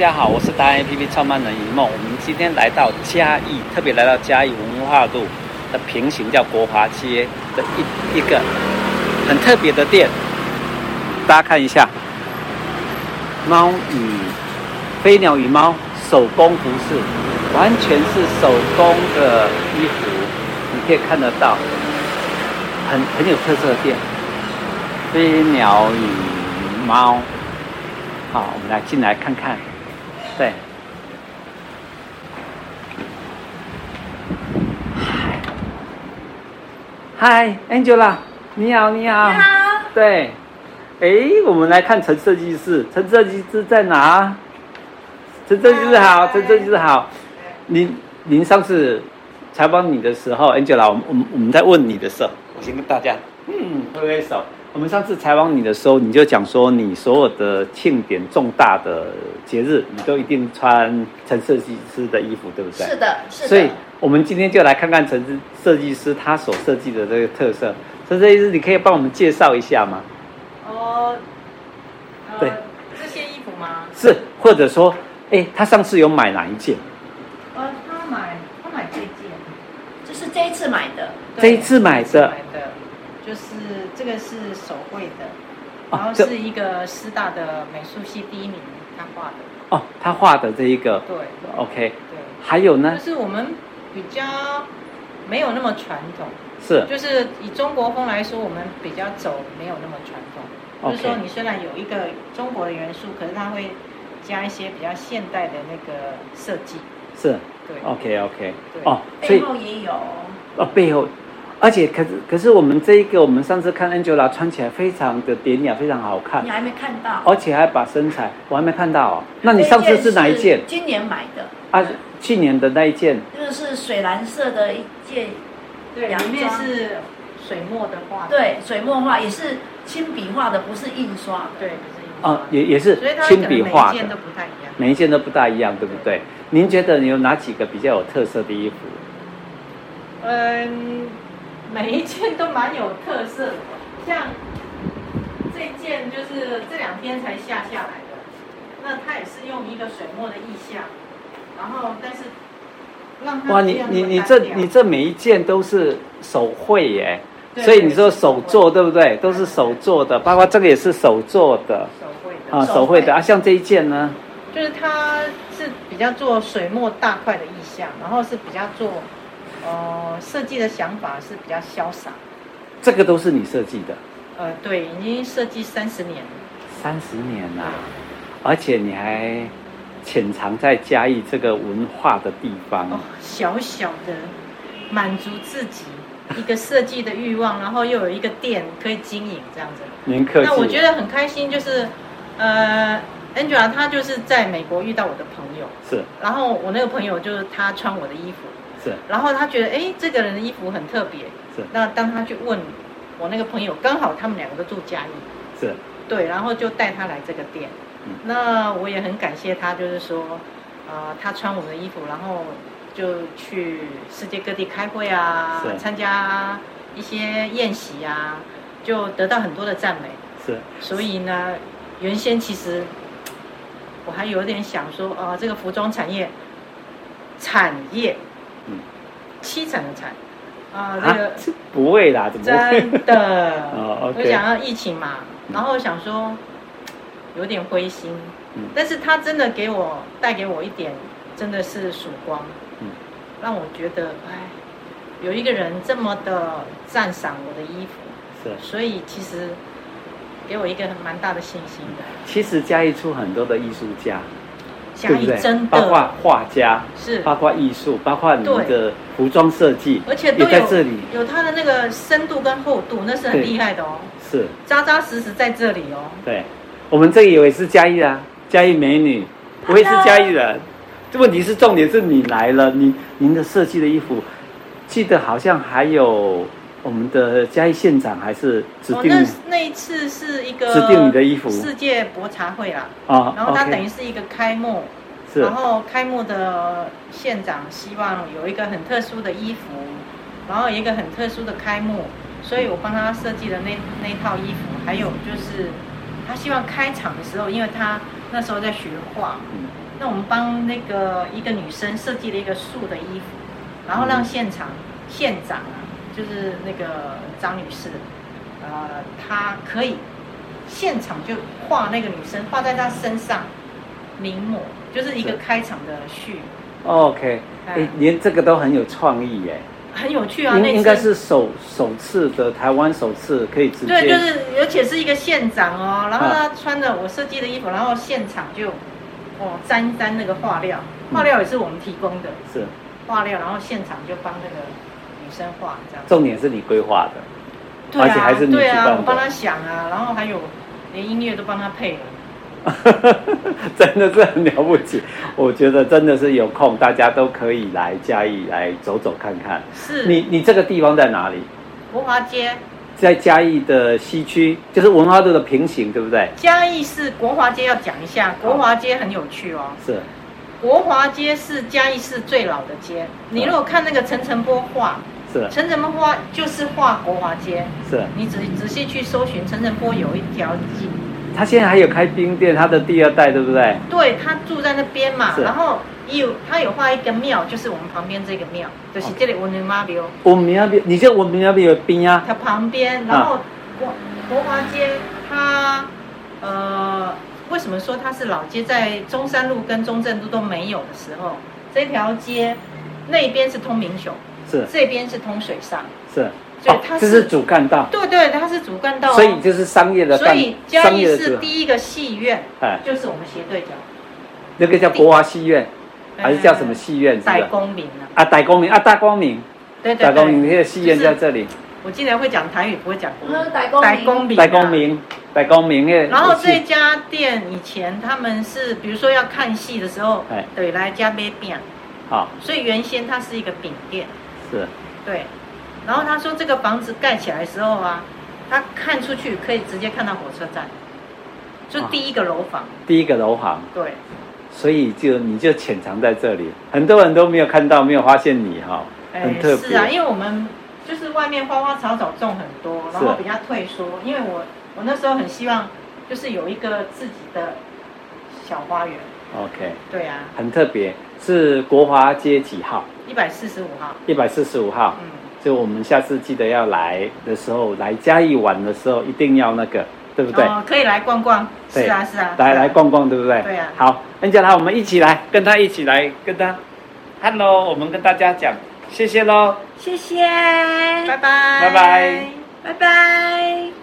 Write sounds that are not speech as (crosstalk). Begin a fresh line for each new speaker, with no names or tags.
大家好，我是达人 APP 创办人一梦。我们今天来到嘉义，特别来到嘉义文化路的平行叫国华街的一一个很特别的店，大家看一下，猫与飞鸟与猫手工服饰，完全是手工的衣服，你可以看得到，很很有特色的店。飞鸟与猫，好，我们来进来看看。对。嗨，Angela，你好，你好。
你好
对，哎，我们来看陈设计师，陈设计师在哪？陈设计师好，
嗨
陈设计师好。您您上次采访你的时候，Angela，我们我们我们在问你的时候，我先跟大家嗯挥挥手。我们上次采访你的时候，你就讲说你所有的庆典重大的节日，你都一定穿陈设计师的衣服，对不对？
是的，是的。
所以，我们今天就来看看陈设计师他所设计的这个特色。陈设计师，你可以帮我们介绍一下吗？
哦，呃
对，
这些衣服吗？
是，或者说，哎，他上次有买哪一件？
呃，他买他买这件，
就是这一次买的，
对
这一次买
这
的
买的，就是这个是手绘的，然
哦
后，
这
是一个师大的美术系第一名他画的，
哦，他画的这一个
对
，OK，
对，
还有呢
就，是我们比较没有那么传统，
是
就是以中国风来说，我们比较走没有那么传统，就是说
OK
你虽然有一个中国的元素，可是它会加一些比较现代的那个设计，
是
对，
，OK OK，
对
哦，所
背
以
后也有。
哦背后，而且可是可是我们这一个，我们上次看 Angela 穿起来非常的典雅，非常好看
你，还没看到？
而且还把身材，我还没看到哦。那你上次是哪一件
这今年买的，
啊？去年的那一件
这个是水蓝色的一件，
对，
洋
里面
装
是水墨的画，
对，水墨画也是亲笔画的，不是印刷的。
对，不是印刷
哦
的，
也也是
所以它可
亲
能每
笔画
一
的
件都，不太一样。
每一件都不大一样，对不对？您觉得你有哪几个比较有特色的衣服？
嗯，每一件都蛮有特色的，像这件就是这两天才下下来的，那它也是用一个水墨的意象，然后但是让它
哇，
不
你
要那么
你你
单
这
调
你这每一件都是手绘耶，
对
所以你说
是手
手
绘
做对不对？都是手做的，包括这个也是手做的
手绘的
啊，
手绘
手绘的啊。像这一件呢，
就是它是比较做水墨大块的意象，然后是比较做呃设计的想法是比较潇洒，
这个都是你设计的，
呃对，已经设计三十年了，
三十年啦、而且你还潜藏在嘉义这个文化的地方，
哦，小小的满足自己一个设计的欲望，然后又有一个店可以经营这样子。
您客气。
那我觉得很开心，就是呃，Angela 她就是在美国遇到我的朋友，
是
然后我那个朋友就是她穿我的衣服，
是
然后她觉得哎这个人的衣服很特别，
是
那当她去问我那个朋友，刚好他们两个都住嘉义，
是，
对，然后就带他来这个店。
嗯
那我也很感谢他，就是说，呃，他穿我们的衣服，然后就去世界各地开会啊
是，
参加一些宴席啊，就得到很多的赞美。
是
所以呢，原先其实我还有点想说，啊、这个服装产业，产业，
嗯
七成的产，啊、
啊
这个，
这不会啦，怎么会？。
真的
(laughs) 哦
我
，OK，
想要疫情嘛，然后想说有点灰心，
嗯
但是他真的给我带给我一点真的是曙光，
嗯
让我觉得哎，有一个人这么的赞赏我的衣服，
是。
所以其实给我一个很蛮大的信心的。
其实嘉义出很多的艺术家，
嘉
对不
义
对？
真
包括
的
画家，
是，
包括艺术，包括你
对
的服装设计，
而
也
且都
在
有
这里。
有它的那个深度跟厚度，那是很
对
厉害的哦，
是，
扎扎实实在这里哦。
对，我们这里也是嘉义啊，嘉义美女，我也是嘉义人。这问题是重点是你来了，你您的设计的衣服，记得好像还有我们的嘉义县长还是指
哦，
定
那那一次是一个
指定你的衣服
世界博茶会啦，
啊
然后它等于
OK，
是一个开幕，
是
然后开幕的县长希望有一个很特殊的衣服，然后有一个很特殊的开幕，所以我帮他设计了那那套衣服，还有就是他希望开场的时候，因为他那时候在学画，
嗯
那我们帮那个一个女生设计了一个树的衣服，然后让现场县长啊，就是那个张女士，呃，她可以现场就画那个女生，画在她身上临摹，就是一个
是
开场的序，
OK，哎、
哎
连这个都很有创意耶，
很有趣啊。
应
那次
应该是首首次的台湾首次可以直接，
对，就是而且是一个县长哦，然后他穿的我设计的衣服，然后现场就哦沾一沾那个画料，画料也是我们提供的
是
画料，然后现场就帮那个女生画这样。
重点是你规划的，
对啊，
而且还是你
对
主
啊
办，的
我帮他想啊，然后还有连音乐都帮他配了。
(laughs) 真的是很了不起。我觉得真的是有空，大家都可以来嘉义来走走看看。
是
你你这个地方在哪里？
国华街，
在嘉义的西区，就是文化路的平行，对不对？
嘉义市国华街要讲一下，国华街很有趣哦。
是
国华街是嘉义市最老的街，你如果看那个陈澄波画，
是
陈澄波画就是画国华街。
是，
你仔仔细去搜寻陈澄波有一条街，
他现在还有开冰店，他的第二代，对不对？
对他住在那边嘛，
是
然后也有他有画一个庙，就是我们旁边这个庙，就是这里文人妈哦庙，
我们那边，你就我们那边有冰啊，
它旁边，然后国国华街，它呃为什么说它是老街？在中山路跟中正路都没有的时候，这条街那边是通明雄，
是
这边是通水上，
是，哦
所以它
这
是
是主干道，
对对，它是主干道、哦，
所以就是商业的
所
干
以，嘉
商
义
业的
市
主
第一个戏院
哎，
就是我们斜对角。
那个叫国华戏院，还是叫什么戏院？是不
代
是？
公民啊，
啊，大光明啊，大光明，
对对
大光明，
对，
那个戏院在这里，
我竟然会讲台语，不会讲国
呃
语。
代公
代
民
公民，啊
大光。明，啊大光明那个。
然后这家店以前他们是，比如说要看戏的时候
哎，
对，来家买饼，
好
所以原先它是一个饼店，
是
对。然后他说这个房子盖起来的时候啊，他看出去可以直接看到火车站，就
啊
第一个楼房，
第一个楼行，
对。
所以就你就潜藏在这里，很多人都没有看到，没有发现你哈，很特别。
是啊，因为我们就是外面花花草草种很多，然
是
后比较退缩。因为我我那时候很希望就是有一个自己的小花园。
OK，
对啊，
很特别，是国华街几号？
一百四十五号，
一百四十五号。
嗯，
就我们下次记得要来的时候，来嘉义玩的时候一定要那个，对不对？
哦，可以来逛逛。
对
是啊，是啊，
来
是啊
来。逛逛，对不对？
对啊
好，恩佳他，我们一起来，跟他一起来，跟他，Hello，我们跟大家讲，谢谢喽。
谢谢，拜
拜拜，
拜拜。
拜拜。